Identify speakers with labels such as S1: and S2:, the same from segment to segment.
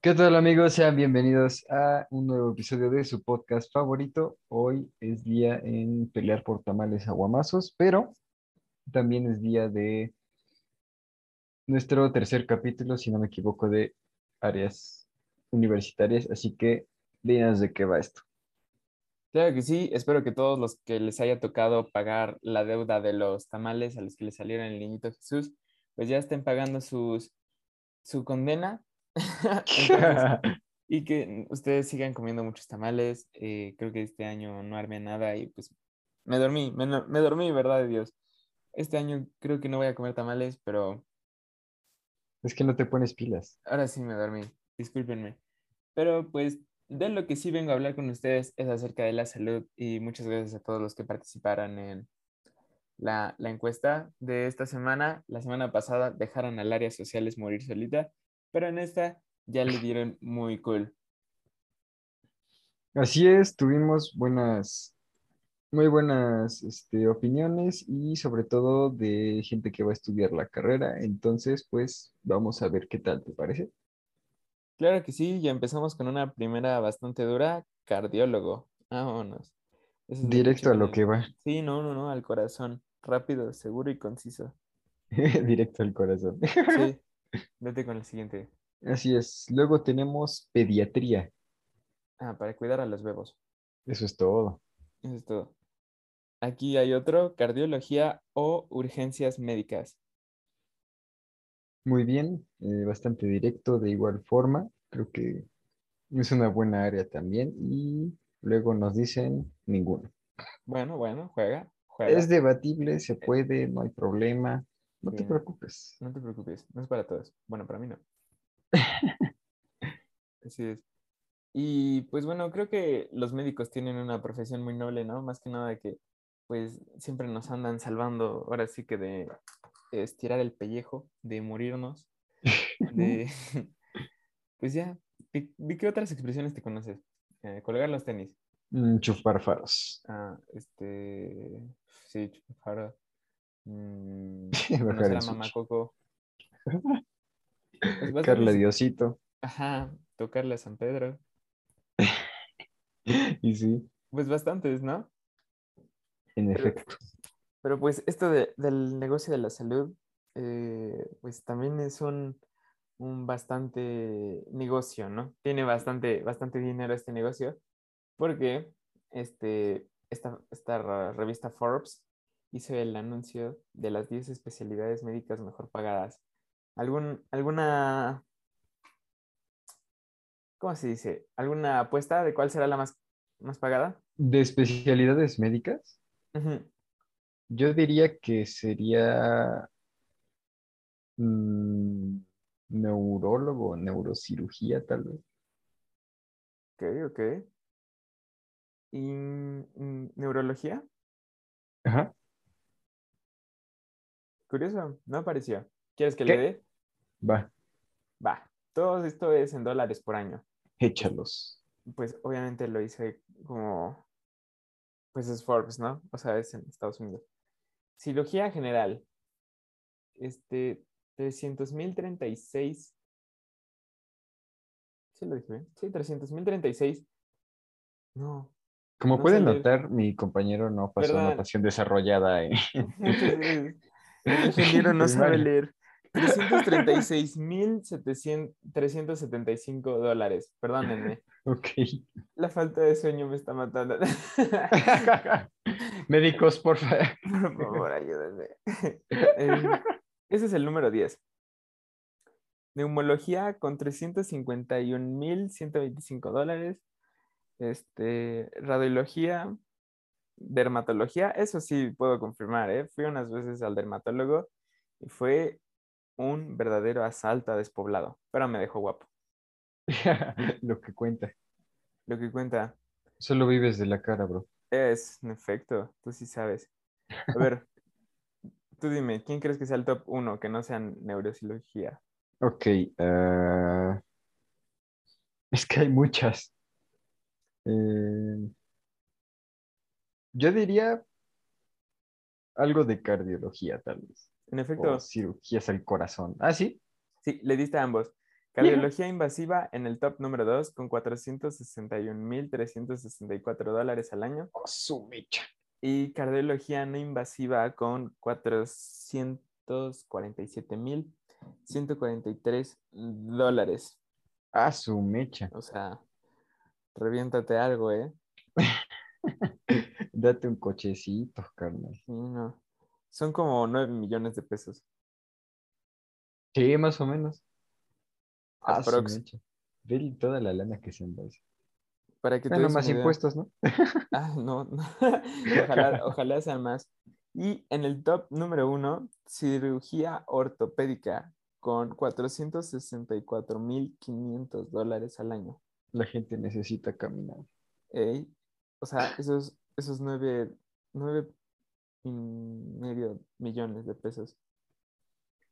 S1: ¿Qué tal amigos? Sean bienvenidos a un nuevo episodio de su podcast favorito. Hoy es día en pelear por tamales aguamazos, pero también es día de nuestro tercer capítulo, si no me equivoco, de áreas universitarias. Así que díganos de qué va esto.
S2: Claro que sí, espero que todos los que les haya tocado pagar la deuda de los tamales a los que les salieron el niñito Jesús, pues ya estén pagando sus, su condena. Entonces, y que ustedes sigan comiendo muchos tamales. Eh, creo que este año no armé nada y pues me dormí, me, no- me dormí, verdad de Dios. Este año creo que no voy a comer tamales, pero
S1: es que no te pones pilas.
S2: ahora sí me dormí, discúlpenme. Pero pues de lo que sí vengo a hablar con ustedes es acerca de la salud y muchas gracias a todos los que participaron en la, la encuesta de esta semana. La semana pasada dejaron al área sociales morir solita, pero en esta ya le dieron muy cool.
S1: Así es, tuvimos buenas, muy buenas este, opiniones y sobre todo de gente que va a estudiar la carrera. Entonces, pues vamos a ver qué tal te parece.
S2: Claro que sí, ya empezamos con una primera bastante dura, cardiólogo. Vámonos. Eso es de
S1: Directo a
S2: mucho
S1: lo que va,
S2: Sí, no, no, no, al corazón. Rápido, seguro y conciso.
S1: directo al corazón.
S2: Sí, vete con el siguiente.
S1: Así es. Luego tenemos pediatría.
S2: Ah, para cuidar a los bebos.
S1: Eso es todo.
S2: Eso es todo. Aquí hay otro, cardiología o urgencias médicas.
S1: Muy bien, eh, bastante directo de igual forma. Creo que es una buena área también. Y luego nos dicen ninguno.
S2: Bueno, bueno, juega, juega.
S1: Es debatible, se puede, no hay problema. No te
S2: Bien.
S1: preocupes.
S2: No te preocupes, no es para todos. Bueno, para mí no. Así es. Y pues bueno, creo que los médicos tienen una profesión muy noble, ¿no? Más que nada de que pues siempre nos andan salvando, ahora sí que de estirar el pellejo, de morirnos, de... pues ya, ¿de, de qué otras expresiones te conoces? Eh, colgar los tenis.
S1: Mm, Chupar faros.
S2: Ah, este... Sí, chupar. Mm,
S1: Bajar
S2: conocer
S1: el
S2: a
S1: switch.
S2: Mamá Coco. Pues, vas a
S1: Carla
S2: mis-
S1: Diosito.
S2: Ajá, tocarle a San Pedro.
S1: Y sí,
S2: Pues bastantes, ¿no?
S1: en
S2: Pero-
S1: efecto.
S2: Pero pues esto de- del negocio de la salud, eh, pues también es un, un bastante negocio, ¿no? Tiene bastante, bastante dinero este negocio, porque este, esta, esta ra- revista Forbes hizo el anuncio de las 10 especialidades médicas mejor pagadas. ¿Algún, ¿Alguna... ¿Cómo se dice? ¿Alguna apuesta de cuál será la más, más pagada?
S1: De especialidades médicas,
S2: Ujú.
S1: yo diría que sería mm, neurólogo, neurocirugía, tal vez.
S2: Ok, ok. ¿Y mm, neurología?
S1: Ajá.
S2: Curioso, no apareció. ¿Quieres que
S1: ¿Qué?
S2: le dé?
S1: Va,
S2: Va. Todo esto es en dólares por año.
S1: échalos.
S2: Pues obviamente lo hice como. Pues es Forbes, ¿no? O sea, es en Estados Unidos. Cirugía general. Este. 300.036. Sí, lo dije bien. Sí, 300.036. No.
S1: Como
S2: No
S1: pueden
S2: salió.
S1: notar, mi compañero no pasó
S2: ¿Verdad?
S1: una pasión desarrollada. en-
S2: Muchas veces. El ingeniero no sabe
S1: Primaria.
S2: leer. 336.375 dólares. Perdónenme.
S1: Ok.
S2: La falta de sueño me está matando.
S1: Médicos, por favor.
S2: Por favor, ayúdenme. Em, ese es el número 10. Neumología con 351.125 dólares. Este, radiología, dermatología, eso sí puedo confirmar, ¿eh? Fui unas veces al dermatólogo y fue un verdadero asalto a despoblado, pero me dejó guapo.
S1: Lo que cuenta.
S2: Lo que cuenta
S1: Solo vives de la cara, bro.
S2: es, en efecto, tú sí sabes. A ver, tú dime, ¿quién crees que sea el top 1 que no sea neurocirugía?
S1: Ok. ah, Es que hay muchas. Eh, Yo diría algo de cardiología, tal vez.
S2: En efecto,
S1: O cirugías al corazón. Ah, sí.
S2: sí, le diste a ambos. Cardiología invasiva en el top número 2 con 461.364 dólares al año.
S1: Oh, su mecha.
S2: Y cardiología no invasiva con 447.143 dólares.
S1: Ah, su mecha.
S2: O sea, reviéntate algo, ¿eh?
S1: Date un cochecito, carnal.
S2: Sí, no. Son como 9 millones de pesos.
S1: Sí, más o menos. Ah, su
S2: Aprox.
S1: mecha. Ve toda la lana que se envase.
S2: Para que te
S1: Bueno,
S2: des
S1: más
S2: una idea.
S1: impuestos, ¿no?
S2: Ah, no, no. Ojalá, ojalá sean más. Y en el top número uno, cirugía ortopédica con 464.500 dólares al año.
S1: La gente necesita caminar.
S2: Ey, O sea, esos, esos nueve, nueve y medio millones de pesos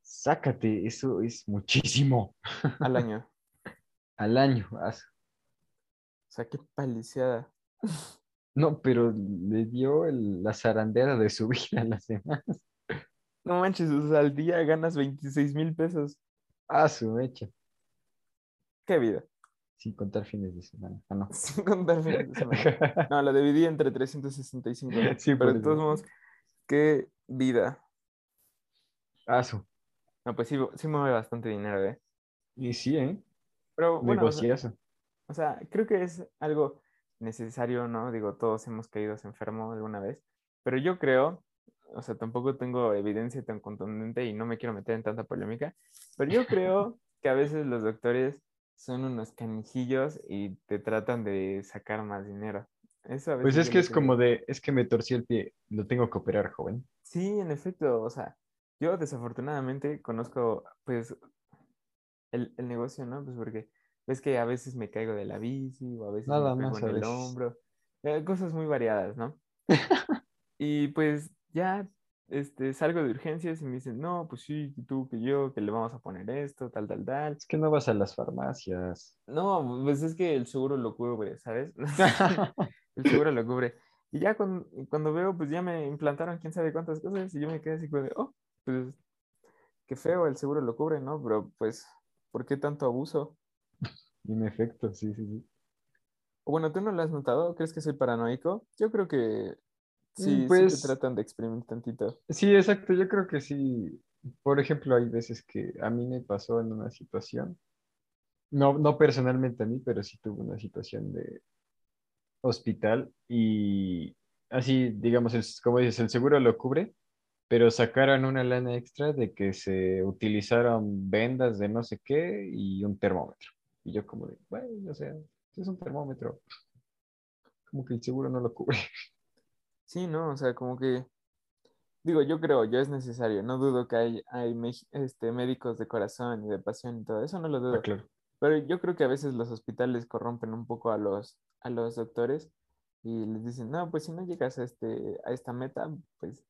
S1: Sácate, eso es muchísimo
S2: al año.
S1: al año. ah, su-
S2: O sea, qué paliciada.
S1: No, pero le dio el- la zarandera de su vida a las demás.
S2: No manches, o sea, al día ganas 26 mil pesos.
S1: Ah, su mecha.
S2: Qué vida.
S1: Sin contar fines de semana. Ah, no.
S2: Sin contar fines de semana. No, lo dividí entre 365.
S1: Sí, por
S2: pero de
S1: eso.
S2: todos modos, qué vida.
S1: Ah, su-
S2: No, pues sí, sí mueve bastante dinero, ¿eh?
S1: Y sí, ¿eh?
S2: Pero bueno, o sea,
S1: Negociazo.
S2: o sea, creo que es algo necesario, ¿no? Digo, todos hemos caído enfermos alguna vez, pero yo creo, o sea, tampoco tengo evidencia tan contundente y no me quiero meter en tanta polémica, pero yo creo que a veces los doctores son unos canijillos y te tratan de sacar más dinero. Eso a
S1: Pues
S2: veces
S1: es
S2: yo
S1: que
S2: lo
S1: es
S2: creo.
S1: como de, es que me torcí el pie, lo tengo que operar, joven.
S2: Sí, en efecto, o sea, yo desafortunadamente conozco, pues, el, el negocio, ¿no? Pues porque ves que a veces me caigo de la bici o a veces
S1: Nada
S2: me pego
S1: más
S2: en
S1: a
S2: el
S1: veces.
S2: hombro, eh, cosas muy variadas, ¿no? Y pues ya, este, salgo de urgencias y me dicen, no, pues sí, que tú, que yo, que le vamos a poner esto, tal, tal, tal.
S1: Es que no vas a las farmacias.
S2: No, pues es que el seguro lo cubre, ¿sabes? El seguro lo cubre. Y ya cuando, cuando veo, pues ya me implantaron quién sabe cuántas cosas y yo me quedé así como de, oh, pues qué feo, el seguro lo cubre, ¿no? Pero pues, ¿por qué tanto abuso?
S1: Y en efecto, sí, sí, sí.
S2: O Bueno, ¿tú no lo has notado? ¿Crees que soy paranoico? Yo creo que sí, sí
S1: pues-
S2: te tratan de exprimir tantito.
S1: Sí, exacto, yo creo que sí. Por ejemplo, hay veces que a mí me pasó en una situación, no, no personalmente a mí, pero sí tuve una situación de hospital y así, digamos, el- como dices, el seguro lo cubre, pero sacaron una lana extra de que se utilizaron vendas de no sé qué y un termómetro. Y yo como de, bueno, o sea, es un termómetro. Como que el seguro no lo cubre.
S2: Sí, ¿no? O sea, como que, digo, yo creo, ya es necesario. No dudo que hay, hay mej- este, médicos de corazón y de pasión y todo eso, no lo dudo.
S1: claro.
S2: Pero yo creo que a veces los hospitales corrompen un poco a los, a los doctores y les dicen, no, pues si no llegas a, este, a esta meta, pues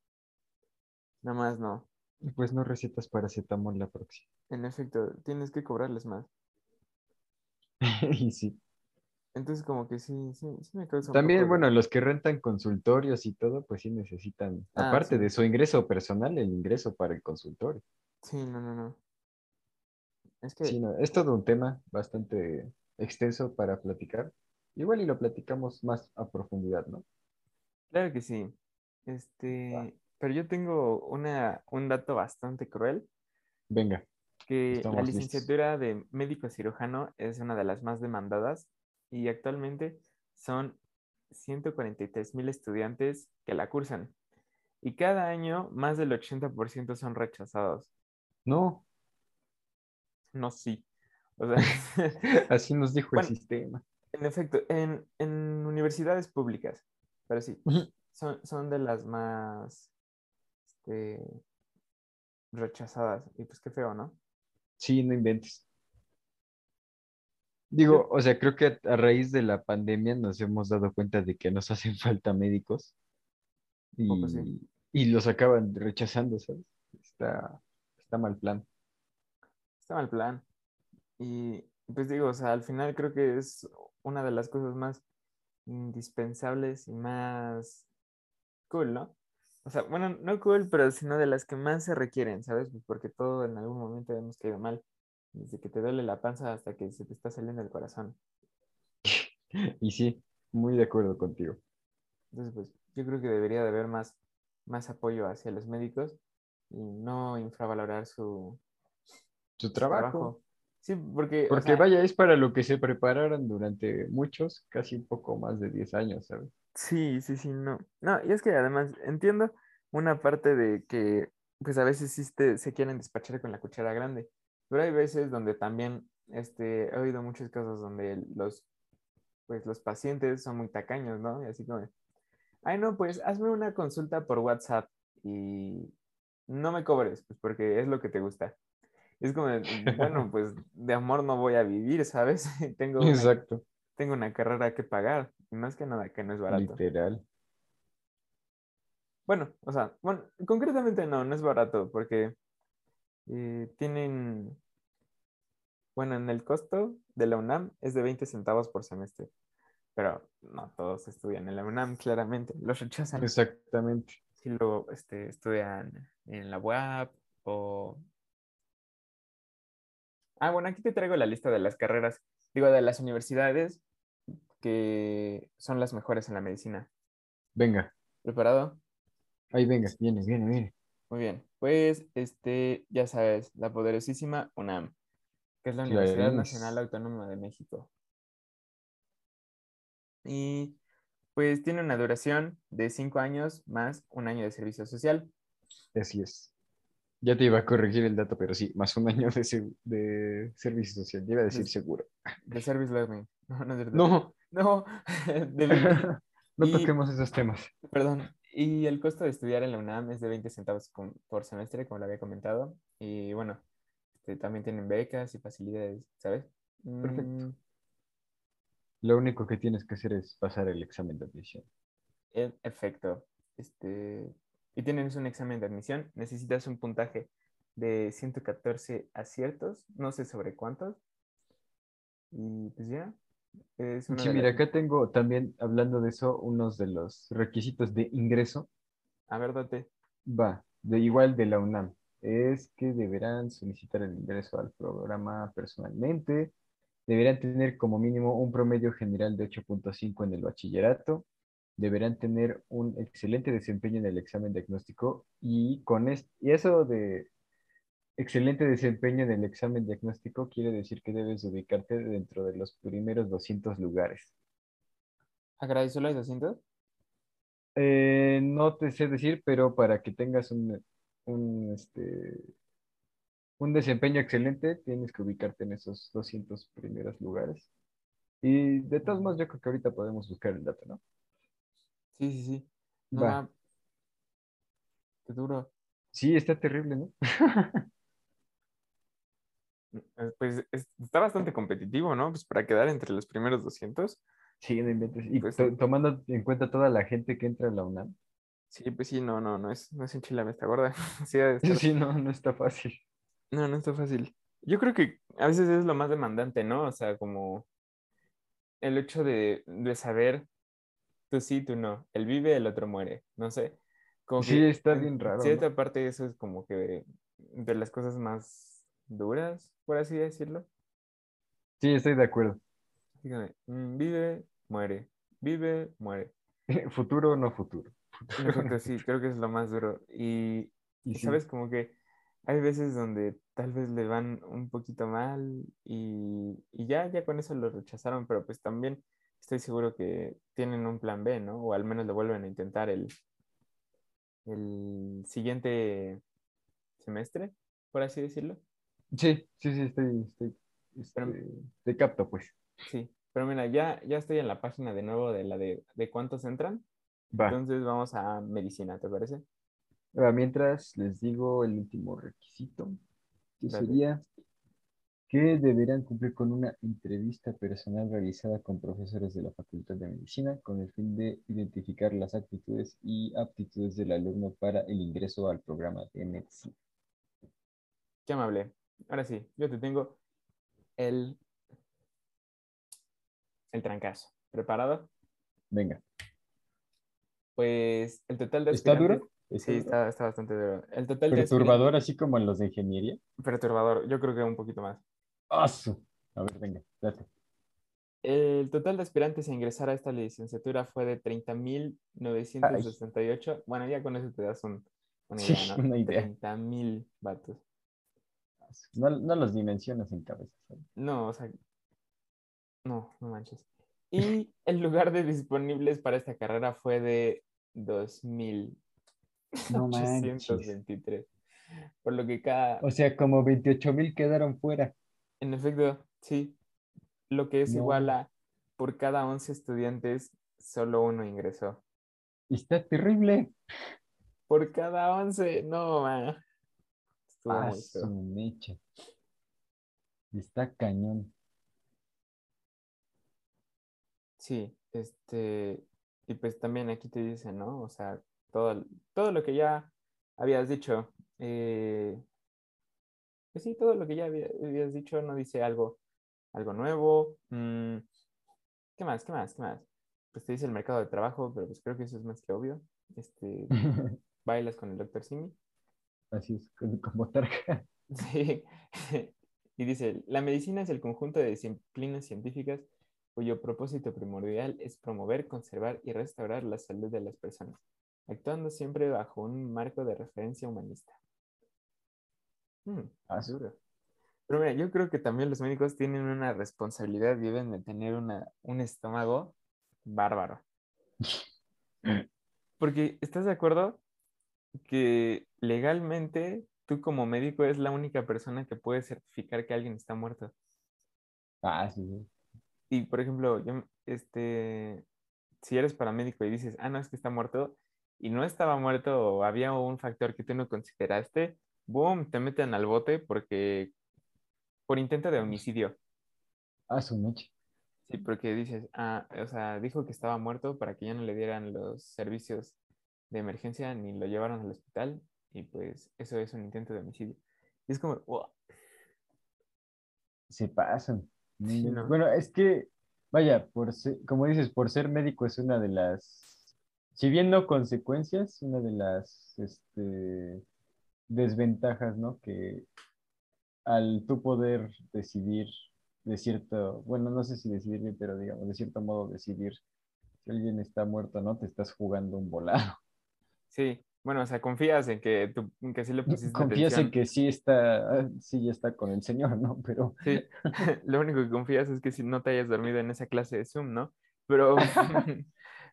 S2: nada más no.
S1: Pues no recetas paracetamol la próxima.
S2: En efecto, tienes que cobrarles más.
S1: Y sí.
S2: Entonces como que sí, sí, sí me causa un
S1: También,
S2: poco de-
S1: bueno, los que rentan consultorios y todo, pues sí necesitan,
S2: Ah,
S1: aparte
S2: sí.
S1: de su ingreso personal, el ingreso para el consultorio.
S2: Sí, no, no, no. Es que
S1: Sí, no, es todo un tema bastante extenso para platicar. Igual y lo platicamos más a profundidad, ¿no?
S2: Claro que sí. Este, pero yo tengo una, un dato bastante cruel,
S1: Venga,
S2: que la
S1: Estamos listos.
S2: licenciatura de médico cirujano es una de las más demandadas y actualmente son 143 mil estudiantes que la cursan. Y cada año más del 80% son rechazados.
S1: no,
S2: No, sí. O sea,
S1: así nos dijo
S2: Bueno.
S1: el sistema.
S2: En efecto, en, en universidades públicas, pero sí,
S1: Ujú.
S2: son, son de las más este, rechazadas. Y pues qué feo, ¿no?
S1: Sí, no inventes. Digo, o sea, creo que a- a raíz de la pandemia nos hemos dado cuenta de que nos hacen falta médicos y,
S2: poco sí.
S1: y los acaban rechazando, ¿sabes? Está, está mal plan.
S2: Está mal plan. Y pues digo, o sea, al final creo que es una de las cosas más indispensables y más cool, ¿no? O sea, bueno, Pues, no cool, pero sino de las que más se requieren, ¿sabes? Porque todo en algún momento hemos caído mal. Desde que te duele la panza hasta que se te está saliendo el corazón.
S1: Y sí, muy de acuerdo contigo.
S2: Entonces, pues yo creo que debería de haber más, más apoyo hacia los médicos y no infravalorar su,
S1: Su
S2: su
S1: trabajo.
S2: Sí, porque, o
S1: Porque
S2: sea,
S1: vaya, es para lo que se prepararon durante muchos, casi un poco más de 10 años, ¿sabes?
S2: Sí, sí, sí, no. No, y es que además entiendo una parte de que, pues a veces sí te- se quieren despachar con la cuchara grande, pero hay veces donde también, este, he oído muchos casos donde los, pues los pacientes son muy tacaños, ¿no? Y así como, ay, no, pues hazme una consulta por WhatsApp y no me cobres, pues porque es lo que te gusta. Es como, bueno, pues de amor no voy a vivir, ¿sabes? Tengo una-
S1: Exacto,
S2: tengo una carrera que pagar y más que nada que no es barato.
S1: literal.
S2: Bueno, o sea, bueno, concretamente no, no es barato porque eh, tienen, bueno, en el costo de la UNAM es de 20 centavos por semestre, pero no todos estudian en la UNAM, claramente, los rechazan
S1: Exactamente.
S2: si luego este, estudian en la UAP o... Ah, bueno, aquí te traigo la lista de las carreras, digo, de las universidades que son las mejores en la medicina.
S1: Venga,
S2: ¿Preparado?
S1: ahí venga, viene, viene, viene.
S2: Muy bien, pues este, ya sabes, la poderosísima UNAM, que es la Universidad
S1: Clarís.
S2: Nacional Autónoma de México. Y pues tiene una duración de cinco años más un año de servicio social.
S1: Así es. Ya te iba a corregir el dato, pero sí, más un año de, se- de servicio social, iba a decir
S2: Sí.
S1: seguro.
S2: De Service Learning. No, no es cierto.
S1: No,
S2: No, de 20,
S1: no
S2: Y-
S1: toquemos esos temas.
S2: perdón. Y el costo de estudiar en la UNAM es de 20 centavos con- por semestre, como lo había comentado. Y bueno, este, también tienen becas y facilidades, ¿sabes?
S1: Perfecto.
S2: Mm,
S1: Lo único que tienes que hacer es pasar el examen de admisión.
S2: en efecto. Este, y tienes un examen de admisión. Necesitas un puntaje de 114 aciertos, no sé sobre cuántos. Y pues ya. Es una
S1: Sí,
S2: de
S1: mira,
S2: las-
S1: acá tengo también, hablando de eso, unos de los requisitos de ingreso.
S2: A ver, date.
S1: Va, de igual de la UNAM. Es que deberán solicitar el ingreso al programa personalmente. Deberán tener como mínimo un promedio general de 8.5 en el bachillerato. Deberán tener un excelente desempeño en el examen diagnóstico y con es- y eso de excelente desempeño en el examen diagnóstico quiere decir que debes ubicarte dentro de los primeros 200 lugares.
S2: Ah, caray, solo hay 200.
S1: Eh, no te sé decir, pero para que tengas un, un, este, un desempeño excelente, tienes que ubicarte en esos 200 primeros lugares. Y de todos modos, yo creo que ahorita podemos buscar el dato, ¿no?
S2: Sí, sí, sí. No,
S1: Va.
S2: ma- Qué duro.
S1: Sí, está terrible, ¿no?
S2: Eh, Pues es- está bastante competitivo, ¿no? Pues para quedar entre los primeros 200.
S1: Sí, no inventes. Y
S2: Pues
S1: to-
S2: sí.
S1: tomando en cuenta toda la gente que entra a la UNAM.
S2: Sí, pues sí, no, no, no es, no es enchilame esta gorda. Sí, ha de estar-
S1: Sí, no, no está fácil.
S2: No, no está fácil. Yo creo que a veces es lo más demandante, ¿no? O sea, como el hecho de, de saber tú sí, tú no. Él vive, el otro muere. No sé. Como
S1: Sí,
S2: que
S1: está
S2: en
S1: bien raro, ¿no?
S2: Cierta parte de eso es como que de, de las cosas más duras, por así decirlo.
S1: Sí, estoy de acuerdo.
S2: Así como de, mm, vive, muere. Vive, muere.
S1: Futuro o no futuro.
S2: En efecto, sí, creo que es lo más duro. Y,
S1: Y
S2: y
S1: sí,
S2: sabes, como que hay veces donde tal vez le van un poquito mal y, y ya, ya con eso lo rechazaron, pero pues también estoy seguro que tienen un plan B, ¿no? O al menos lo vuelven a intentar el, el siguiente semestre, por así decirlo.
S1: sí, sí, sí, estoy, estoy, este, te capto, pues.
S2: Sí, pero mira, ya, ya estoy en la página de nuevo de la de, de cuántos entran.
S1: Va.
S2: Entonces vamos a medicina, ¿te parece?
S1: Ahora, mientras les digo el último requisito, que
S2: Dale.
S1: sería que deberán cumplir con una entrevista personal realizada con profesores de la Facultad de Medicina con el fin de identificar las actitudes y aptitudes del alumno para el ingreso al programa de medicina.
S2: Qué amable. Ahora sí, yo te tengo el, el trancazo. ¿Preparado?
S1: Venga,
S2: Pues el total de
S1: ¿está
S2: aspirantes-
S1: duro? ¿Está
S2: Sí,
S1: duro?
S2: está, está bastante duro. El total de aspirantes-
S1: ¿Perturbador así como en los de ingeniería?
S2: Perturbador, yo creo que un poquito más.
S1: Asu. A ver, venga, date.
S2: El total de aspirantes a ingresar a esta licenciatura fue de 30.968. Bueno, ya con eso te das un, una
S1: Sí,
S2: idea, ¿no?
S1: una idea.
S2: 30.000 vatos.
S1: Ah, No, no los dimensionas en cabeza. ¿sabes?
S2: No, o sea, no, no manches. Y el lugar de disponibles para esta carrera fue de 2.823. Por lo que cada,
S1: O sea, como 28 mil quedaron fuera.
S2: en efecto, sí, lo que es
S1: No.
S2: igual a por cada 11 estudiantes, solo uno ingresó.
S1: Y está terrible.
S2: Por cada 11, no, ma. Estuvo muy
S1: Asu,
S2: feo.
S1: mecha. Está cañón.
S2: Sí, este, y pues también aquí te dicen, ¿no? O sea, todo, todo lo que ya habías dicho, eh, pues sí, todo lo que ya había- habías dicho no dice algo, algo nuevo. mm, ¿qué más? ¿Qué más? ¿Qué más? Pues te dice el mercado de trabajo, pero pues creo que eso es más que obvio. Este,
S1: Mm.
S2: bailas con el doctor Simi.
S1: Así es, con- como tarja.
S2: Sí. Y dice, la medicina es el conjunto de disciplinas científicas cuyo propósito primordial es promover, conservar y restaurar la salud de las personas, actuando siempre bajo un marco de referencia humanista. Mm,
S1: Asu.
S2: duro. Pero mira, yo creo que también los médicos tienen una responsabilidad, deben de tener una, un estómago bárbaro. Porque, ¿estás de acuerdo? Que legalmente tú como médico es la única persona que puede certificar que alguien está muerto.
S1: Ah, sí, sí.
S2: Y, por ejemplo, yo, este, si eres paramédico y dices, ah, no, es que está muerto, y no estaba muerto o había un factor que tú no consideraste, boom, te meten al bote porque por intento de homicidio.
S1: Asu, mecha.
S2: Sí, porque dices, ah, o sea, dijo que estaba muerto para que ya no le dieran los servicios de emergencia ni lo llevaron al hospital y pues eso es un intento de homicidio. Y es como, wow,
S1: Se pasan.
S2: Sí, no.
S1: Bueno, es que, vaya, por se- como dices, por ser médico es una de las, si bien no consecuencias, una de las este, desventajas, ¿no? Que al tú poder decidir de cierto, bueno, no sé si decidir bien, pero digamos, de cierto modo decidir si alguien está muerto o no, te estás jugando un volado.
S2: sí, bueno, o sea, confías en que, tú, en que sí le pusiste
S1: Confieso
S2: atención.
S1: que sí está, sí ya está con el señor, ¿no? Pero
S2: Sí, lo único que confías es que si no te hayas dormido en esa clase de Zoom, ¿no? Pero,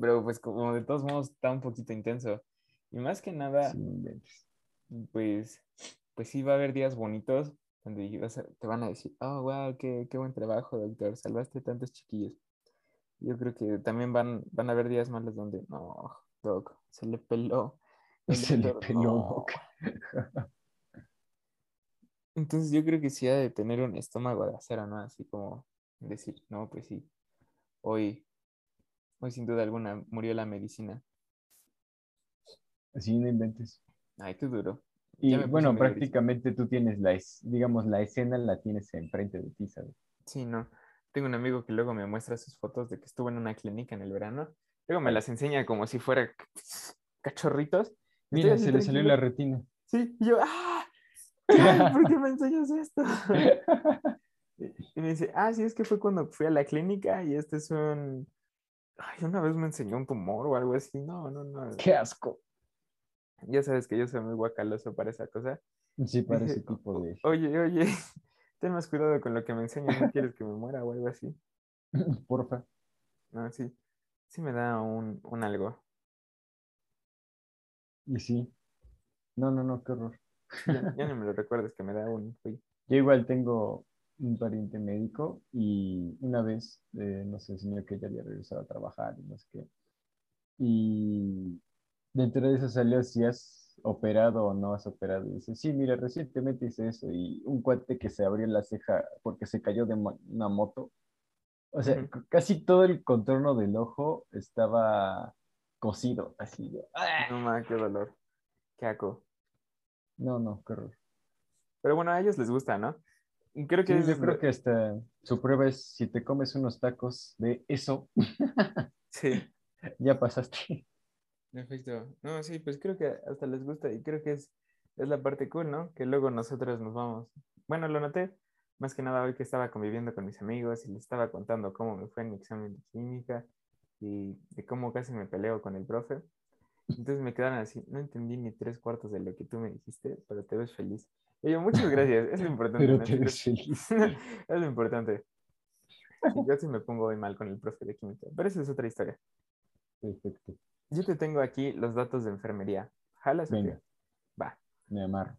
S2: pero pues como de todos modos está un poquito intenso. Y más que nada,
S1: sí, no inventes.
S2: pues, pues sí va a haber días bonitos donde vas a- te van a decir, oh, wow, qué, qué buen trabajo, doctor, salvaste tantos chiquillos. Yo creo que también van, van a haber días malos donde, no, doc, se le peló. el
S1: Se le
S2: doctor,
S1: peló,
S2: no". Entonces yo creo que sí ha de tener un estómago de acero, ¿no? Así como decir, no, pues sí, hoy, hoy sin duda alguna murió la medicina.
S1: Sí, no inventes.
S2: Ay, qué duro. Ya
S1: Y
S2: me puse
S1: bueno,
S2: medio gris.
S1: prácticamente tú tienes la, es- digamos, la escena la tienes enfrente de ti, ¿sabes?
S2: Sí, no. Tengo un amigo que luego me muestra sus fotos de que estuvo en una clínica en el verano. Luego me las enseña como si fuera c- cachorritos. Y estoy
S1: Mira,
S2: así
S1: se le salió la
S2: tranquilo.
S1: retina.
S2: Sí, y yo, ¡ah! Ay, ¿Por qué me enseñas esto? Y me dice, ah, sí, es que fue cuando fui a la clínica y este es un... Ay, una vez me enseñó un tumor o algo así. No, no, no.
S1: ¡Qué asco!
S2: Ya sabes que yo soy muy guacaloso para esa cosa.
S1: Sí, para
S2: Dije, "Oh".
S1: ese tipo de...
S2: Oye, oye, ten más cuidado con lo que me enseñas. ¿No quieres que me muera o algo así?
S1: Porfa.
S2: No, sí. Sí me da un, un algo.
S1: Y sí. No, no, no, qué horror.
S2: Ya, ya ni me lo recuerdes que me da un... uy.
S1: Yo igual tengo un pariente médico y una vez eh, nos enseñó que ella había regresado a trabajar y no sé qué. Y dentro de eso salió si has operado o no has operado. Y dice, sí, mira, recientemente hice eso. Y un cuate que se abrió la ceja porque se cayó de mo- una moto. O sea,
S2: Ujú.
S1: c- casi todo el contorno del ojo estaba cosido, así. yo, ¡ah!
S2: No mames, qué dolor. Qué aco.
S1: No, no, qué horror.
S2: Pero bueno, a ellos les gusta, ¿no? Y Creo que
S1: Sí,
S2: es
S1: yo creo
S2: lo-
S1: que hasta su prueba es si te comes unos tacos de eso,
S2: Sí,
S1: ya pasaste.
S2: perfecto. No, sí, pues creo que hasta les gusta y creo que es, es la parte cool, ¿no? Que luego nosotros nos vamos. Bueno, lo noté Más que nada hoy que estaba conviviendo con mis amigos y les estaba contando cómo me fue en mi examen de química y de cómo casi me peleo con el profe. Entonces me quedaron así, no entendí ni tres cuartos de lo que tú me dijiste, pero te ves feliz. Y yo, muchas gracias, es lo importante.
S1: Pero
S2: ¿no?
S1: te ves feliz.
S2: es lo importante. Sí, yo sí me pongo hoy mal con el profe de química, pero esa es otra historia.
S1: Perfecto.
S2: Yo te tengo aquí los datos de enfermería. ¿Jalas? o qué?
S1: Venga.
S2: Va.
S1: Me amarro.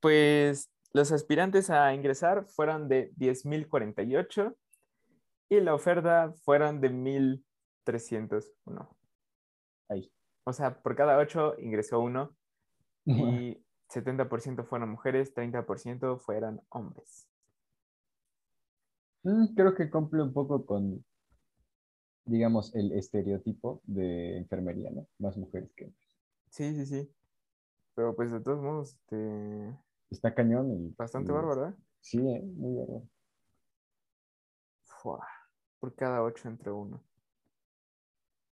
S2: Pues los aspirantes a ingresar fueron de 10.048 y la oferta fueron de 1.301.
S1: Ahí.
S2: O sea, por cada 8 ingresó uno y 70% fueron mujeres, 30% fueron hombres.
S1: Mm, Creo que cumple un poco con, digamos, el estereotipo de enfermería, ¿no? Más mujeres que hombres.
S2: Sí, sí, sí. Pero pues de todos modos, este,
S1: Está cañón. el-
S2: bastante
S1: el-
S2: bárbaro, ¿eh?
S1: Sí, eh, muy bárbaro.
S2: Fua, Por cada 8 entre uno.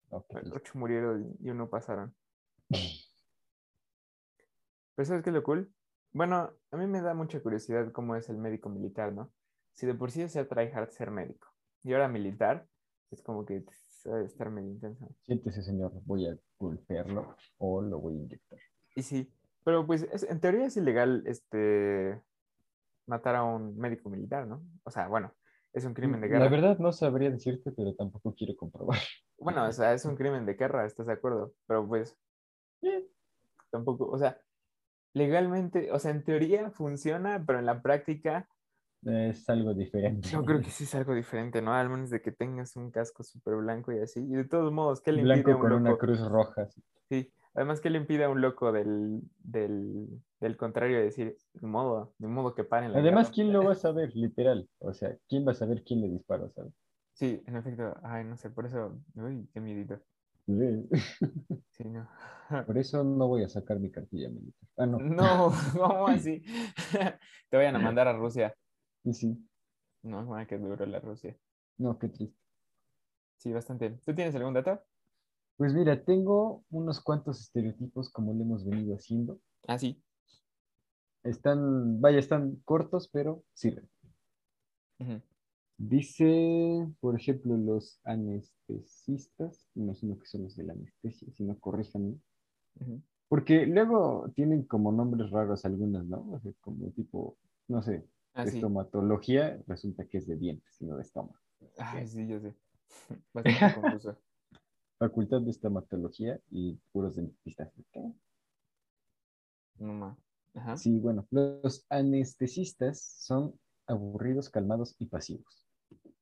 S1: Ok.
S2: 8 murieron y uno pasaron. Pero ¿sabes qué es lo cool? Bueno, a mí me da mucha curiosidad cómo es el médico militar, ¿no? Si de por sí ya se atrae hard ser médico y ahora militar, es como que sabe estar medio intenso.
S1: Siéntese, señor. Voy a golpearlo o lo voy a inyectar.
S2: Y sí, pero pues es- en teoría es ilegal este matar a un médico militar, ¿no? O sea, bueno, es un crimen de guerra.
S1: La verdad no sabría decirte, pero tampoco quiero comprobar.
S2: Bueno, o sea, es un crimen de guerra, ¿estás de acuerdo? Pero pues, eh, tampoco, o sea, legalmente, o sea, en teoría funciona, pero en la práctica
S1: Es algo diferente.
S2: yo creo que sí es algo diferente, ¿no? Al menos de que tengas un casco súper blanco y así. Y de todos modos, ¿qué le impide a
S1: Blanco
S2: un
S1: con
S2: loco?
S1: una cruz roja. así.
S2: Sí, además, ¿qué le impide a un loco del, del, del contrario decir, de modo, de modo que paren la
S1: Además,
S2: guerra"?
S1: ¿quién lo va a saber? Literal. O sea, ¿quién va a saber quién le disparó? ¿sabes?
S2: Sí, en efecto, ay, no sé, por eso, uy, qué miedito. Sí, no.
S1: Por eso no voy a sacar mi cartilla militar. Ah, no.
S2: No, ¿cómo así? Te vayan a mandar a Rusia.
S1: Sí, sí.
S2: No, bueno, que duro la Rusia.
S1: No, qué triste.
S2: Sí, bastante. ¿Tú tienes algún dato?
S1: Pues mira, tengo unos cuantos estereotipos como lo hemos venido haciendo.
S2: Ah, sí.
S1: Están, vaya, están cortos, pero sirven.
S2: Ujú.
S1: Dice, por ejemplo, los anestesistas, imagino que son los de la anestesia, si no corríjanme.
S2: Ujú.
S1: Porque luego tienen como nombres raros algunas, ¿no? O sea, como tipo, no sé,
S2: Ah, sí.
S1: estomatología, resulta que es de dientes, sino de estómago.
S2: Ay, sí, yo sé. Bastante confuso.
S1: Facultad de estomatología y puros dentistas. ¿Qué?
S2: No más. Ajá.
S1: Sí, bueno, los anestesistas son aburridos, calmados y pasivos.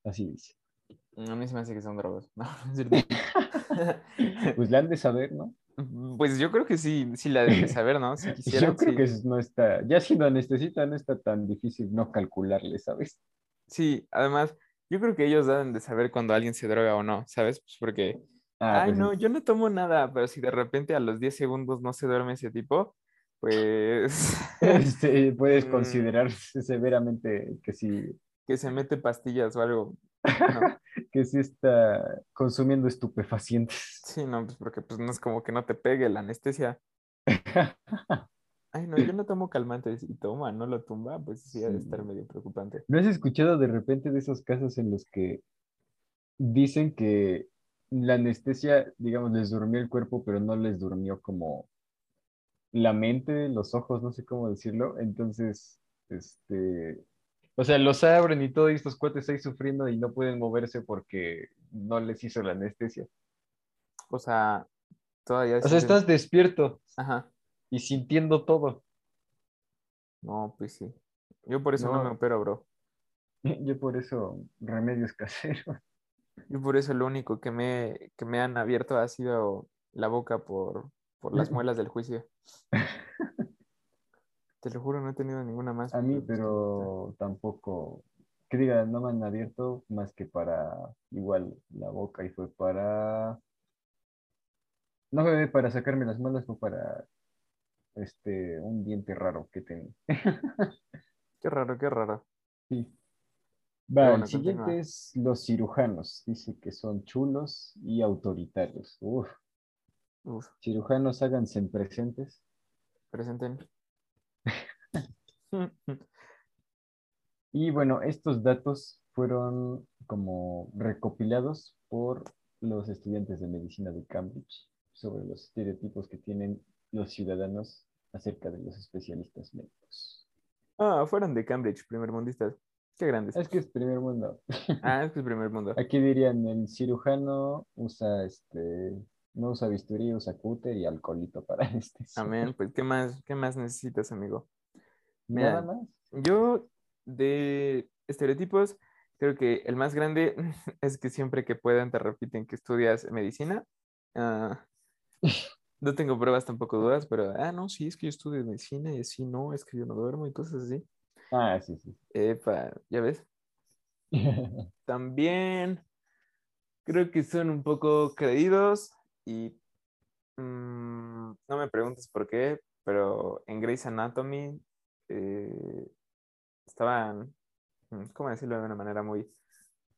S1: Así dice.
S2: A mí se me hace que son drogas. No, no es cierto.
S1: Pues la han de saber, ¿no?
S2: pues yo creo que sí, sí la debes saber, ¿no? Si quisieran,
S1: Yo creo
S2: sí.
S1: que es- no está, ya siendo anestesista no está tan difícil no calcularle, ¿sabes?
S2: Sí, además, yo creo que ellos deben de saber cuando alguien se droga o no, ¿sabes? Pues porque,
S1: Ah,
S2: ay,
S1: pues,
S2: no, yo no tomo nada, pero si de repente a los 10 segundos no se duerme ese tipo, pues
S1: este, puedes
S2: Mm.
S1: considerar severamente que sí,
S2: que se mete pastillas o algo. No.
S1: que sí está consumiendo estupefacientes.
S2: Sí, no, pues porque pues no es como que no te pegue la anestesia. Ay, no, yo no tomo calmantes y toma, no lo tumba, pues sí, ha de estar
S1: Sí.
S2: medio preocupante.
S1: ¿No has escuchado de repente de esos casos en los que dicen que la anestesia, digamos, les durmió el cuerpo, pero no les durmió como la mente, los ojos, no sé cómo decirlo? Entonces, este, o sea, los abren y todo, y estos cuates ahí sufriendo y no pueden moverse porque no les hizo la anestesia.
S2: O sea, todavía...
S1: O sea,
S2: sientes-
S1: estás despierto
S2: Ajá,
S1: y sintiendo todo.
S2: no, pues sí. Yo por eso no, me
S1: No.
S2: opero, bro.
S1: Yo por eso, remedios caseros.
S2: Yo por eso lo único que me, que me han abierto ha sido la boca por, por las muelas del juicio. Te lo juro, no he tenido ninguna más.
S1: A mí,
S2: pues,
S1: pero tampoco, que diga, no me han abierto más que para igual la boca y fue para, no fue para sacarme las malas, fue para este, un diente raro que tenía.
S2: Qué raro, qué raro.
S1: Sí. Va,
S2: bueno,
S1: el siguiente
S2: continúa.
S1: es los cirujanos, dice que son chulos y autoritarios. Uf,
S2: Uf,
S1: cirujanos háganse presentes.
S2: presenten.
S1: Y bueno, estos datos fueron como recopilados por los estudiantes de medicina de Cambridge sobre los estereotipos que tienen los ciudadanos acerca de los especialistas médicos.
S2: Ah, fueron de Cambridge, primermundistas. Qué grandes.
S1: Es que es primer mundo.
S2: Ah, es que es primer mundo.
S1: Aquí dirían, el cirujano usa este, no usa bisturí, usa cúter y alcoholito para este.
S2: Amén, pues ¿qué más, qué más necesitas, amigo?
S1: Nada más.
S2: Yo de estereotipos, creo que el más grande es que siempre que puedan te repiten que estudias medicina. Ah, no tengo pruebas tampoco dudas, pero, ah, no, sí, es que yo estudio medicina y así, no, es que yo no duermo y cosas así.
S1: Ah, sí, sí.
S2: Epa, ya ves. También creo que son un poco creídos y mm, no me preguntes por qué, pero en Grey's Anatomy eh, estaban, mm, ¿cómo decirlo de una manera muy,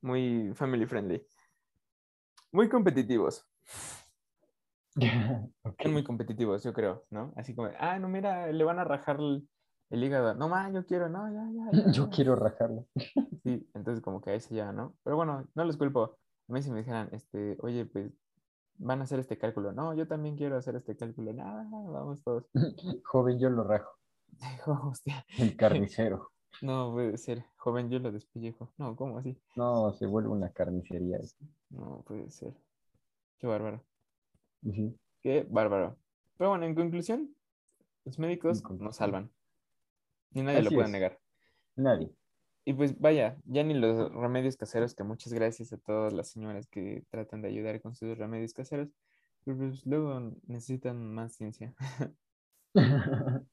S2: muy family friendly? Muy competitivos.
S1: Ok.
S2: Son muy competitivos, yo creo, ¿no? Así como, ah, no, mira, le van a rajar el, el hígado. No más, yo quiero, no, ya, ya. ya,
S1: Yo
S2: ya".
S1: quiero rajarlo.
S2: Sí, entonces como que ahí se lleva, ¿no? Pero bueno, no los culpo. A mí si me dijeran, este, oye, pues van a hacer este cálculo. No, yo también quiero hacer este cálculo. Nada, vamos todos.
S1: Joven, yo lo rajo.
S2: Dijo, hostia,
S1: El carnicero.
S2: no puede ser. Joven, yo lo despellejo. No, ¿cómo así?
S1: No, se vuelve una carnicería. eso.
S2: No puede ser. Qué bárbaro.
S1: Ujú.
S2: Qué bárbaro. Pero bueno, en conclusión, los médicos
S1: conclusión.
S2: nos salvan. Ni nadie lo
S1: Así
S2: puede
S1: es.
S2: negar.
S1: Nadie.
S2: Y pues vaya, ya ni los remedios caseros, que muchas gracias a todas las señoras que tratan de ayudar con sus remedios caseros, pero pues luego necesitan más ciencia.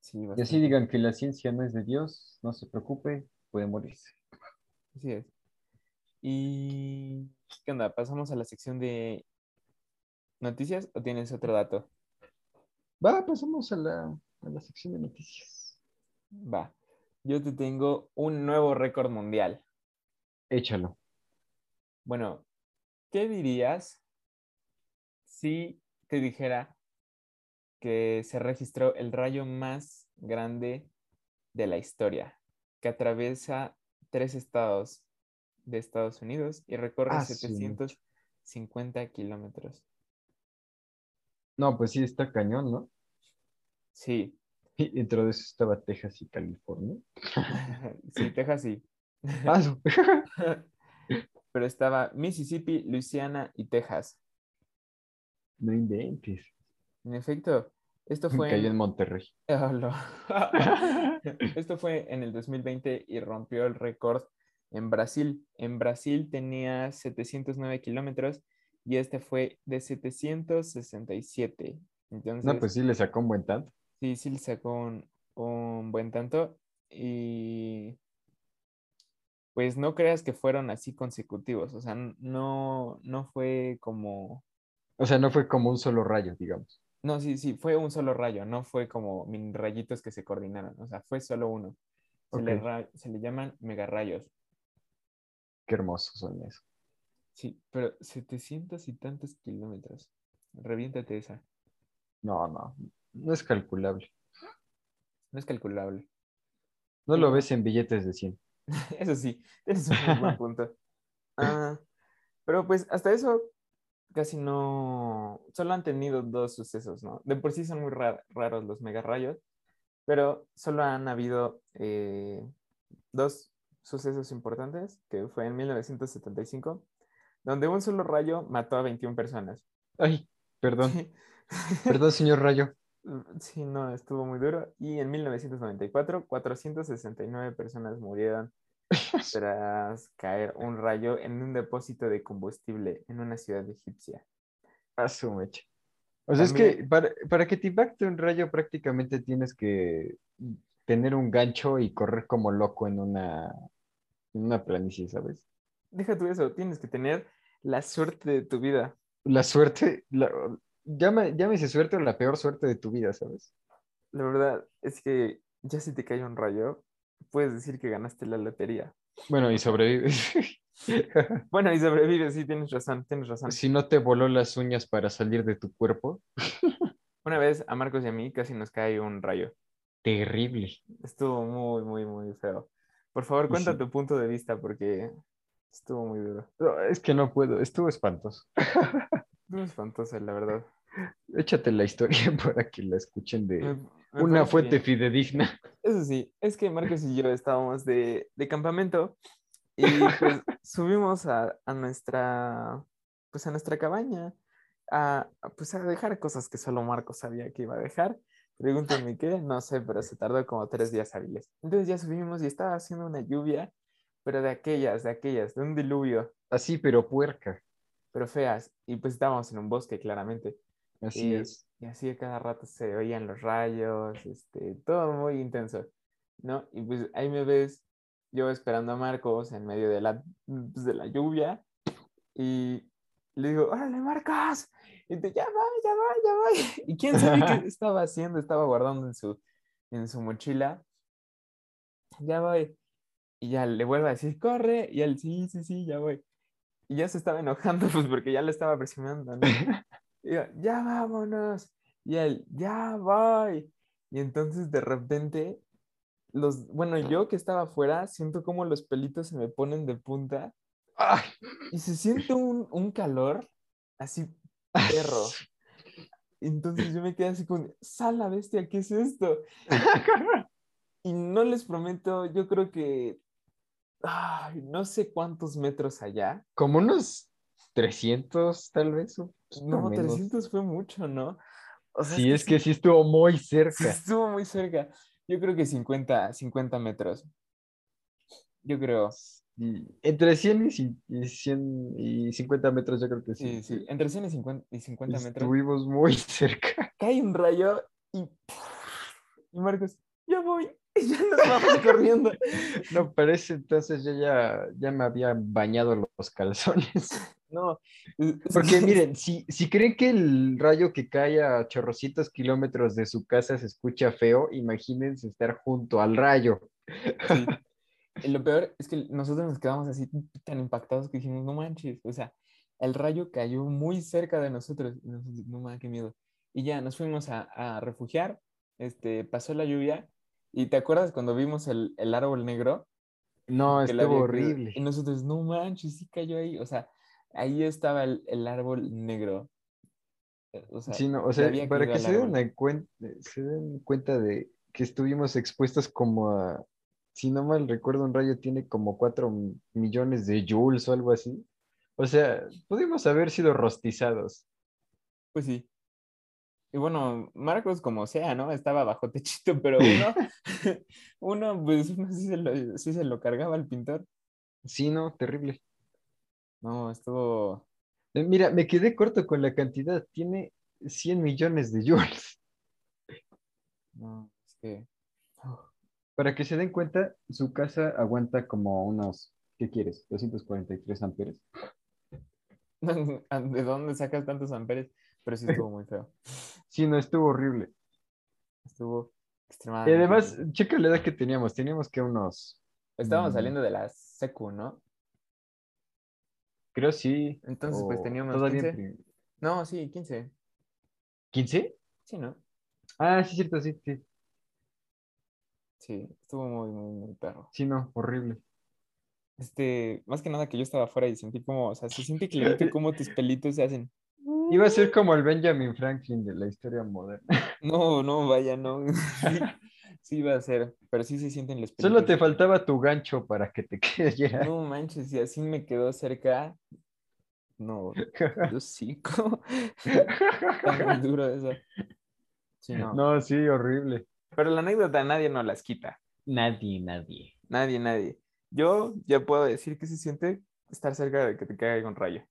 S2: Sí,
S1: Y
S2: bastante.
S1: así digan que la ciencia no es de Dios, no se preocupe, puede morirse.
S2: Así es. ¿Y qué onda? ¿Pasamos a la sección de noticias o tienes otro dato?
S1: Va, pasamos a la, a la sección de noticias.
S2: Va. Yo te tengo un nuevo récord mundial.
S1: Échalo.
S2: Bueno, ¿qué dirías si te dijera que se registró el rayo más grande de la historia, que atraviesa tres estados de Estados Unidos y recorre
S1: Ah, su mecha.
S2: 750 kilómetros?
S1: No, pues sí, está cañón, ¿no?
S2: Sí,
S1: Y dentro de eso estaba Texas y California.
S2: sí, Texas sí.
S1: Ah, su-
S2: Pero estaba Mississippi, Luisiana y Texas.
S1: no inventes.
S2: En efecto, esto
S1: Me
S2: fue
S1: Cayó
S2: en-
S1: en Monterrey.
S2: Ah, lo- Esto fue en el 2020 y rompió el récord en Brasil. En Brasil tenía 709 kilómetros y este fue de 767. Entonces,
S1: No, pues sí, le sacó un buen tanto.
S2: sí, sí le sacó un, un buen tanto. Y pues no creas que fueron así consecutivos. O sea, no, no fue como
S1: O sea, no fue como un solo rayo, digamos.
S2: No, sí, sí, fue un solo rayo, no fue como mini rayitos que se coordinaron, o sea, fue solo uno. Se, le,
S1: Ok.
S2: ra- se le llaman megarrayos.
S1: Qué hermosos son esos.
S2: Sí, pero 700 y tantos kilómetros. Reviéntate esa,
S1: No, no, no es calculable.
S2: no es calculable.
S1: No lo
S2: Sí.
S1: ves en billetes de 100.
S2: Eso sí, tienes un muy buen punto. Ah, pero pues hasta eso casi no, solo han tenido dos sucesos, ¿no? De por sí son muy ra- raros los megarrayos, pero solo han habido eh, dos sucesos importantes, que fue en 1975, donde un solo rayo mató a 21 personas.
S1: Ay, perdón, perdón, señor rayo.
S2: Mm, Sí, no, estuvo muy duro. Y en 1994, 469 personas murieron tras caer un rayo en un depósito de combustible en una ciudad egipcia.
S1: A su mecha. O
S2: Ah,
S1: sea, es que
S2: También-
S1: para, para que te impacte un rayo prácticamente tienes que tener un gancho y correr como loco en una, en una planicie, ¿sabes?
S2: Deja tú eso, tienes que tener la suerte de tu vida.
S1: La suerte, la, llama, llámese suerte o la peor suerte de tu vida, ¿sabes?
S2: La verdad es que ya si te cae un rayo, puedes decir que ganaste la lotería.
S1: Bueno, y sobrevives.
S2: Bueno, y sobrevives, sí, tienes razón, tienes razón.
S1: si no te voló las uñas para salir de tu cuerpo,
S2: Una vez a Marcos y a mí casi nos cae un rayo.
S1: terrible.
S2: Estuvo muy, muy, muy feo. Por favor, cuenta
S1: sí.
S2: tu punto de vista porque estuvo muy duro.
S1: No, es que no puedo, estuvo espantoso.
S2: Estuvo espantosa, la verdad.
S1: Échate la historia para que la escuchen de
S2: Me- me
S1: una
S2: parece
S1: fuente
S2: bien.
S1: fidedigna.
S2: Eso sí, es que Marcos y yo estábamos de, de campamento y pues subimos a, a nuestra pues a nuestra cabaña a, a, pues a dejar cosas que solo Marcos sabía que iba a dejar. Pregúntame qué, no sé, pero se tardó como tres días hábiles. Entonces ya subimos y estaba haciendo una lluvia, pero de aquellas, de aquellas, de un diluvio,
S1: Así, pero puerca.
S2: pero feas. Y pues estábamos en un bosque, claramente.
S1: Así
S2: Y-
S1: es.
S2: Y así a cada rato se oían los rayos, este, todo muy intenso, ¿no? Y pues ahí me ves yo esperando a Marcos en medio de la, pues, de la lluvia y le digo, órale Marcos, y te ya va, ya va, ya va. Y quién sabe qué estaba haciendo, estaba guardando en su, en su mochila. Ya voy. Y ya le vuelvo a decir, corre, y él, sí, sí, sí, ya voy. Y ya se estaba enojando, pues porque ya le estaba presionando, ¿no? Y yo, ya vámonos. Y él, ya voy. Y entonces de repente, los, bueno, yo que estaba afuera, siento como los pelitos se me ponen de punta
S1: Ay,
S2: y se siente un, un calor así perro. Entonces yo me quedé así como, sala bestia, ¿qué es esto? Y no les prometo, yo creo que ay, no sé cuántos metros allá.
S1: Como unos 300, tal vez. o poquito
S2: No,
S1: Pues, menos.
S2: 300 fue mucho, ¿no? O sea,
S1: Sí, es que sí estuvo muy
S2: Sí,
S1: cerca.
S2: estuvo muy cerca. Yo creo que 50, 50 metros. Yo creo.
S1: Y entre 100 y, cin- y 100 y 50 metros, yo creo que sí.
S2: Sí, sí. Entre 100 y 50, y 50 metros.
S1: Estuvimos muy cerca.
S2: Cae un rayo y. Y Marcos, ya voy. Y ya nos vamos corriendo.
S1: No, pero ese entonces yo ya, ya me había bañado los calzones.
S2: No. es- es
S1: Porque
S2: que-
S1: miren, si, si creen que el rayo que cae a chorrocitos kilómetros de su casa se escucha feo, imagínense estar junto al rayo.
S2: sí. Y Lo peor es que nosotros nos quedamos así tan impactados que dijimos, no manches. O sea, el rayo cayó muy cerca de nosotros. Y nosotros, No mames, qué miedo. Y ya nos fuimos a, a refugiar. Este, pasó la lluvia. ¿Y te acuerdas cuando vimos el, el árbol negro?
S1: No,
S2: que le
S1: Ah,
S2: había
S1: estuvo
S2: caído.
S1: horrible.
S2: Y nosotros, no manches, sí cayó ahí. O sea, ahí estaba el, el árbol negro. Eh, O sea,
S1: Sí, no, o
S2: le
S1: sea,
S2: había
S1: para que
S2: caído al
S1: se den,
S2: árbol.
S1: a cuen- se den cuenta de que estuvimos expuestos como a, si no mal recuerdo, un rayo tiene como 4 millones de joules o algo así. O sea, pudimos haber sido rostizados.
S2: Pues sí. Y bueno, Marcos, como sea, ¿no? Estaba bajo techito, pero uno, uno pues uno sí se, lo, sí se lo cargaba el pintor.
S1: Sí, no, terrible.
S2: No, estuvo.
S1: Eh, Mira, me quedé corto con la cantidad. Tiene 100 millones de joules.
S2: No, es que.
S1: Para que se den cuenta, su casa aguanta como unos, ¿qué quieres? 243 amperes.
S2: ¿De dónde sacas tantos amperes? Pero sí estuvo muy feo.
S1: Sí, no, estuvo horrible.
S2: Estuvo
S1: Y
S2: extremadamente.
S1: además,
S2: feo.
S1: checa la edad que teníamos. Teníamos que unos,
S2: Estábamos
S1: mm.
S2: saliendo de la secu, ¿no?
S1: creo sí,
S2: Entonces, pues
S1: o
S2: teníamos
S1: Oh, todavía
S2: 15.
S1: en prim-
S2: No, sí, 15.
S1: ¿15?
S2: Sí, ¿no?
S1: Ah, sí, cierto, sí, sí,
S2: Sí, estuvo muy, muy, muy perro.
S1: sí, no, horrible.
S2: Este, más que nada que yo estaba afuera y sentí como, o sea, se siente clarito cómo tus pelitos se hacen. Mm.
S1: Iba a ser como el Benjamin Franklin de la historia moderna.
S2: No, no, vaya, no. Sí, sí va a ser, pero sí se sienten los pelitos.
S1: Solo te faltaba tu gancho para que te cayera.
S2: No manches, si así me quedó cerca. No, yo sí, como- Está muy duro eso. Sí, no.
S1: No, sí, horrible.
S2: Pero la anécdota nadie nos las quita.
S1: Nadie, nadie.
S2: Nadie, nadie. Yo ya puedo decir que se siente estar cerca de que te caiga un rayo.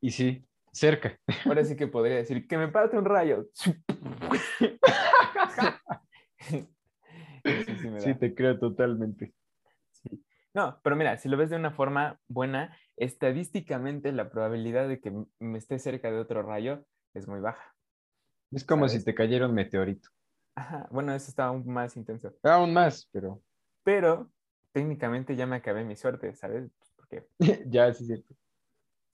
S1: Y sí, cerca.
S2: Ahora sí que podría decir que me parte un rayo. Sí, sí me
S1: Sí,
S2: da.
S1: te creo totalmente.
S2: Sí. No, pero mira, si lo ves de una forma buena, estadísticamente la probabilidad de que m- me esté cerca de otro rayo es muy baja.
S1: Es como
S2: ¿Sabes?
S1: si te cayera un meteorito.
S2: Ajá, bueno, eso está aún más intenso.
S1: Aún más, pero
S2: Pero técnicamente ya me acabé mi suerte, ¿sabes? Pues, Porque
S1: ya, sí, cierto.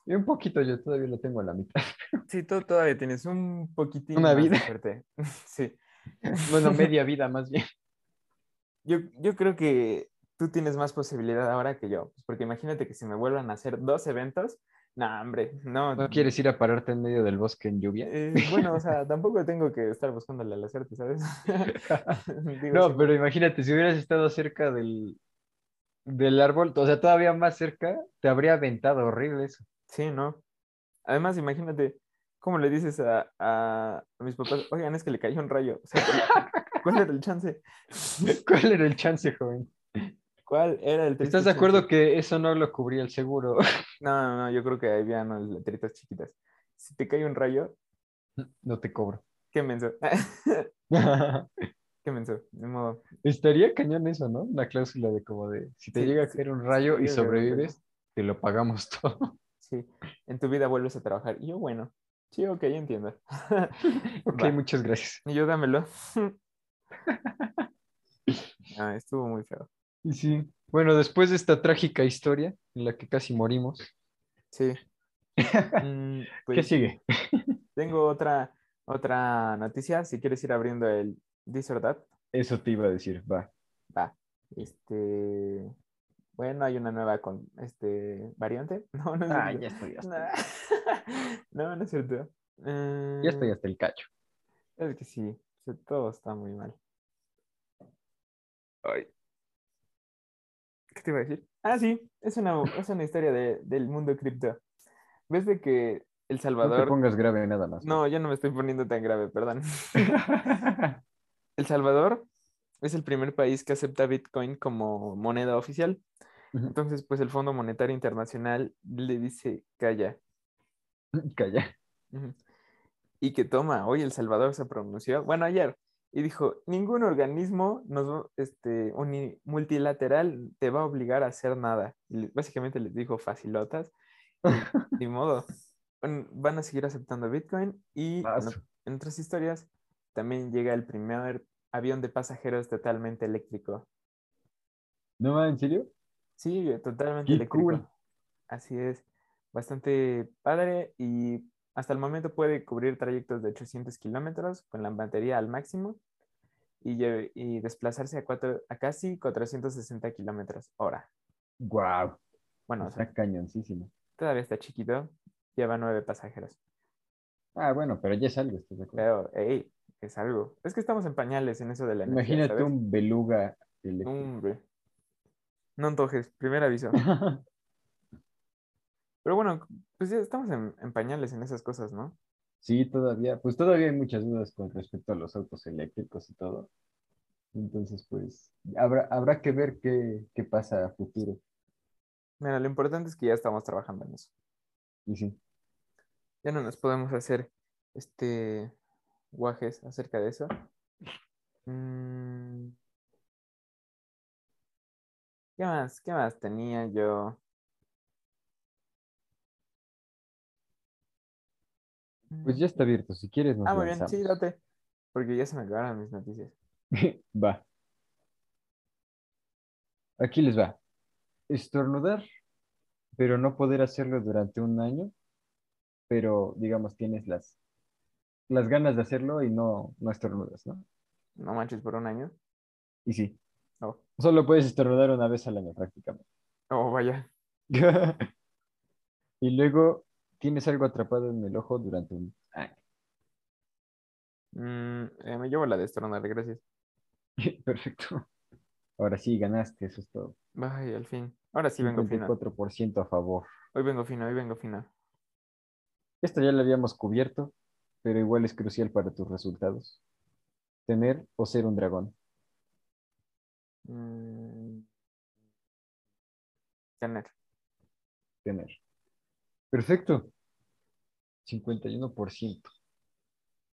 S1: Y un poquito, yo todavía lo tengo a la mitad.
S2: sí, tú todavía tienes un poquitín
S1: Una
S2: más de
S1: vida.
S2: suerte. Sí.
S1: Bueno, media vida más bien.
S2: Yo, yo creo que tú tienes más posibilidad ahora que yo. Pues porque imagínate que si me vuelvan a hacer dos eventos, no, hombre, no.
S1: ¿No quieres ir a pararte en medio del bosque en lluvia?
S2: Eh, bueno, o sea, tampoco tengo que estar buscándole la suerte, ¿sabes? Digo,
S1: no,
S2: sí,
S1: pero imagínate, si hubieras estado cerca del, del árbol, o sea, todavía más cerca, te habría aventado horrible eso.
S2: Sí, ¿no? Además, imagínate, ¿cómo le dices a, a- a mis papás? Oigan, es que le cayó un rayo. O sea, ¿Cuál era el chance?
S1: ¿Cuál era el chance, joven?
S2: ¿Cuál era el triste
S1: ¿Estás de acuerdo
S2: chance?
S1: que eso no lo cubría el seguro?
S2: No, no, no, yo creo que había unas letritas chiquitas. Si te cae un rayo,
S1: No te cobro.
S2: qué menso. qué menso, de modo.
S1: Estaría cañón eso, ¿no? Una cláusula de como de, si te
S2: Sí,
S1: llega a
S2: sí,
S1: caer un rayo y
S2: llega a caer un rayo.
S1: sobrevives, te lo pagamos todo.
S2: Sí, en tu vida vuelves a trabajar. Y yo, bueno, sí, ok, entiendo.
S1: ok,
S2: Va.
S1: muchas gracias.
S2: Y yo, dámelo. No, Ah, estuvo muy feo.
S1: Y sí, bueno, después de esta trágica historia en la que casi morimos,
S2: Sí. Mm,
S1: ¿qué
S2: pues,
S1: sigue?
S2: Tengo otra, otra noticia. Si quieres ir abriendo el This or That.
S1: Eso te iba a decir, va.
S2: Va. Este. Bueno, hay una nueva con este variante. No, no es cierto.
S1: estoy
S2: No, no es cierto. Eh,
S1: Ya estoy hasta el cacho.
S2: Es que sí, o sea, todo está muy mal. Ay. ¿Qué te iba a decir? Ah, sí, es una, es una historia de- del mundo cripto. ¿Ves de que
S1: No
S2: El
S1: te
S2: Salvador...
S1: pongas grave nada más.
S2: No, yo no me estoy poniendo tan grave, perdón. El Salvador es el primer país que acepta Bitcoin como moneda oficial.
S1: Ujú.
S2: Entonces, pues el Fondo Monetario Internacional le dice, calla.
S1: Calla.
S2: Ujú. Y que toma, hoy El Salvador se pronunció, bueno, ayer, y dijo, ningún organismo nos, va- este, uni- multilateral te va a obligar a hacer nada. Y le- básicamente les dijo facilotas, y ni modo. Van van a seguir aceptando Bitcoin y
S1: Vas.
S2: en, o- en otras historias también llega el primer avión de pasajeros totalmente eléctrico.
S1: No, ma, ¿en serio?
S2: Sí, eh, totalmente
S1: Qué
S2: eléctrico.
S1: cool.
S2: Así es, bastante padre y hasta el momento puede cubrir trayectos de 800 kilómetros con la batería al máximo y, lle- y desplazarse a, cuatro, a casi 460 kilómetros hora.
S1: Guau,
S2: Bueno, o sea,
S1: está cañoncísimo.
S2: todavía está chiquito, lleva nueve pasajeros,
S1: Ah, bueno, pero ya es algo, ¿estás de acuerdo?
S2: pero hey, es algo. Es que estamos en pañales en eso de la energía,
S1: Imagínate
S2: ¿sabes?
S1: un beluga eléctrico.
S2: Hombre. No antojes, primer aviso. Pero bueno, pues ya estamos en, en pañales en esas cosas, ¿no?
S1: Sí, todavía, pues todavía hay muchas dudas con respecto a los autos eléctricos y todo. Entonces, pues, habrá, habrá que ver qué, qué pasa a futuro.
S2: Mira, lo importante es que ya estamos trabajando en eso.
S1: Y sí,
S2: Ya no nos podemos hacer este guajes acerca de eso. Mm. ¿Qué más? ¿Qué más tenía yo?
S1: pues ya está abierto. Si quieres, nos
S2: Ah, muy bien, sí,
S1: lanzamos.
S2: date. Porque ya se me acabaron mis noticias.
S1: Va. Aquí les va. Estornudar, pero no poder hacerlo durante un año, pero digamos, tienes las, las ganas de hacerlo y no, no estornudas, ¿no?
S2: No manches por un año.
S1: Y sí.
S2: No.
S1: Solo puedes estornudar una vez al año prácticamente.
S2: Oh, vaya.
S1: Y luego tienes algo atrapado en el ojo durante un año.
S2: Mm, eh, me llevo la de estornudar, gracias.
S1: Perfecto. Ahora sí, ganaste, eso es todo.
S2: Ay, al fin. Ahora sí vengo fino.
S1: 54% a favor.
S2: Hoy vengo fino, hoy vengo fino.
S1: Esto ya lo habíamos cubierto, pero igual es crucial para tus resultados. Tener o ser un dragón.
S2: Mm. Tener.
S1: Tener. Perfecto. 51%.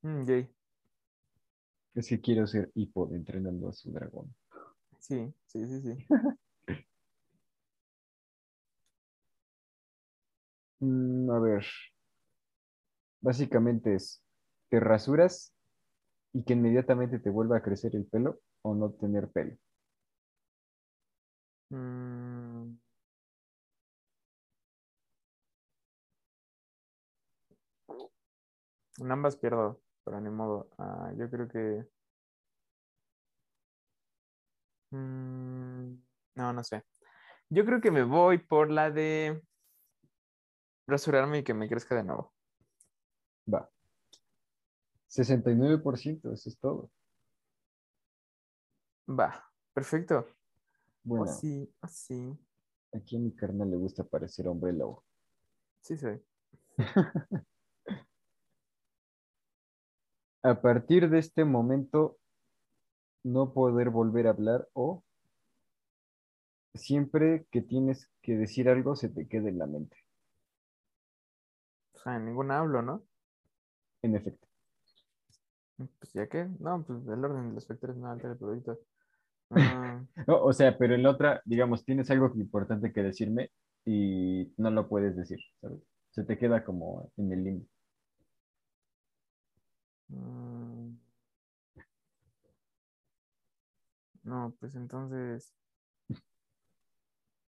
S2: Mm, yay.
S1: Es que quiero ser hipo entrenando a su dragón.
S2: Sí, sí, sí, sí.
S1: Mm, a ver. Básicamente es, te rasuras y que inmediatamente te vuelva a crecer el pelo o no tener pelo.
S2: Mm. En ambas pierdo, pero ni modo. Ah, yo creo que. Mm, No, no sé. Yo creo que me voy por la de rasurarme y que me crezca de nuevo.
S1: Va. 69%, eso es todo.
S2: Va, perfecto.
S1: Bueno,
S2: Así, así.
S1: aquí a mi carnal le gusta parecer hombre lobo.
S2: Sí soy.
S1: A partir de este momento, no poder volver a hablar o siempre que tienes que decir algo se te quede en la mente.
S2: O sea, en ninguna hablo, ¿no?
S1: En efecto.
S2: Pues ya que, no, pues el orden de los factores no altera el producto. Ah,
S1: No, o sea, pero en la otra, digamos, tienes algo importante que decirme y no lo puedes decir, ¿sabes? Se te queda como en el límite.
S2: mm. no, pues entonces.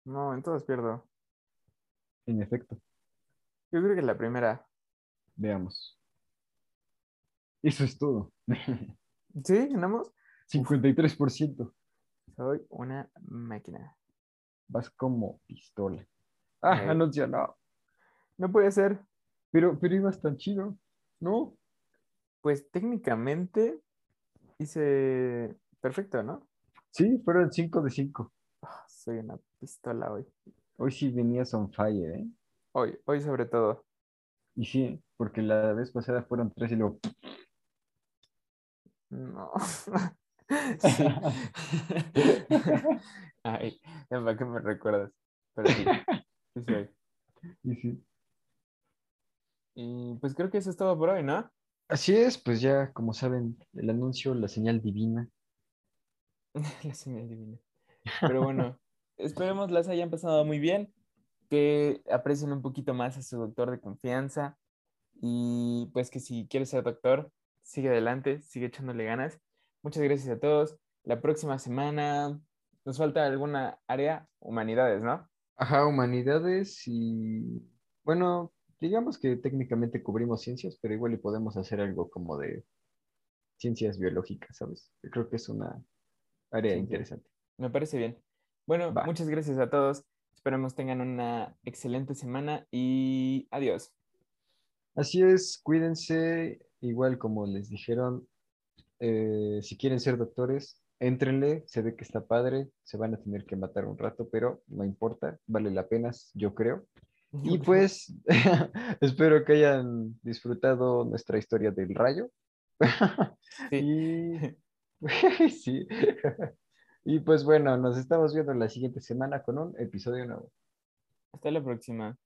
S2: No, en todas pierdo.
S1: En efecto,
S2: Yo creo que la primera.
S1: veamos. Eso es todo.
S2: ¿Sí? ¿Ganamos?
S1: 53%.
S2: Soy una máquina.
S1: Vas como pistola. Ah,
S2: Eh.
S1: anuncio, no.
S2: No puede ser.
S1: Pero, pero ibas tan chido, ¿no?
S2: Pues técnicamente hice perfecto, ¿no?
S1: Sí, fueron 5 de 5.
S2: Ah, Soy una pistola hoy.
S1: Hoy sí venías on fire, ¿eh?
S2: Hoy, hoy sobre todo.
S1: Y sí, porque la vez pasada fueron 3 y luego.
S2: No. Sí. Ay, ya para qué me recuerdas. Pero sí, sí soy.
S1: Y sí.
S2: Y pues creo que eso es todo por hoy, ¿no?
S1: Así es, pues ya, como saben, el anuncio, la señal divina.
S2: La señal divina. Pero bueno, esperemos las hayan pasado muy bien, que aprecien un poquito más a su doctor de confianza y pues que si quieres ser doctor, sigue adelante, sigue echándole ganas. Muchas gracias a todos. La próxima semana nos falta alguna área, humanidades, ¿no?
S1: Ajá, humanidades y. Bueno, digamos que técnicamente cubrimos ciencias, pero igual y podemos hacer algo como de ciencias biológicas, ¿sabes? Yo creo que es una área
S2: Sí, sí.
S1: interesante.
S2: Me parece bien. Bueno,
S1: Va.
S2: muchas gracias a todos. Esperemos tengan una excelente semana y adiós.
S1: Así es, cuídense, igual como les dijeron, eh, si quieren ser doctores, éntrenle, se ve que está padre, se van a tener que matar un rato, pero no importa, vale la pena, yo creo. Y pues espero que hayan disfrutado nuestra historia del rayo. Y sí. Y pues bueno, nos estamos viendo la siguiente semana con un episodio nuevo.
S2: Hasta la próxima.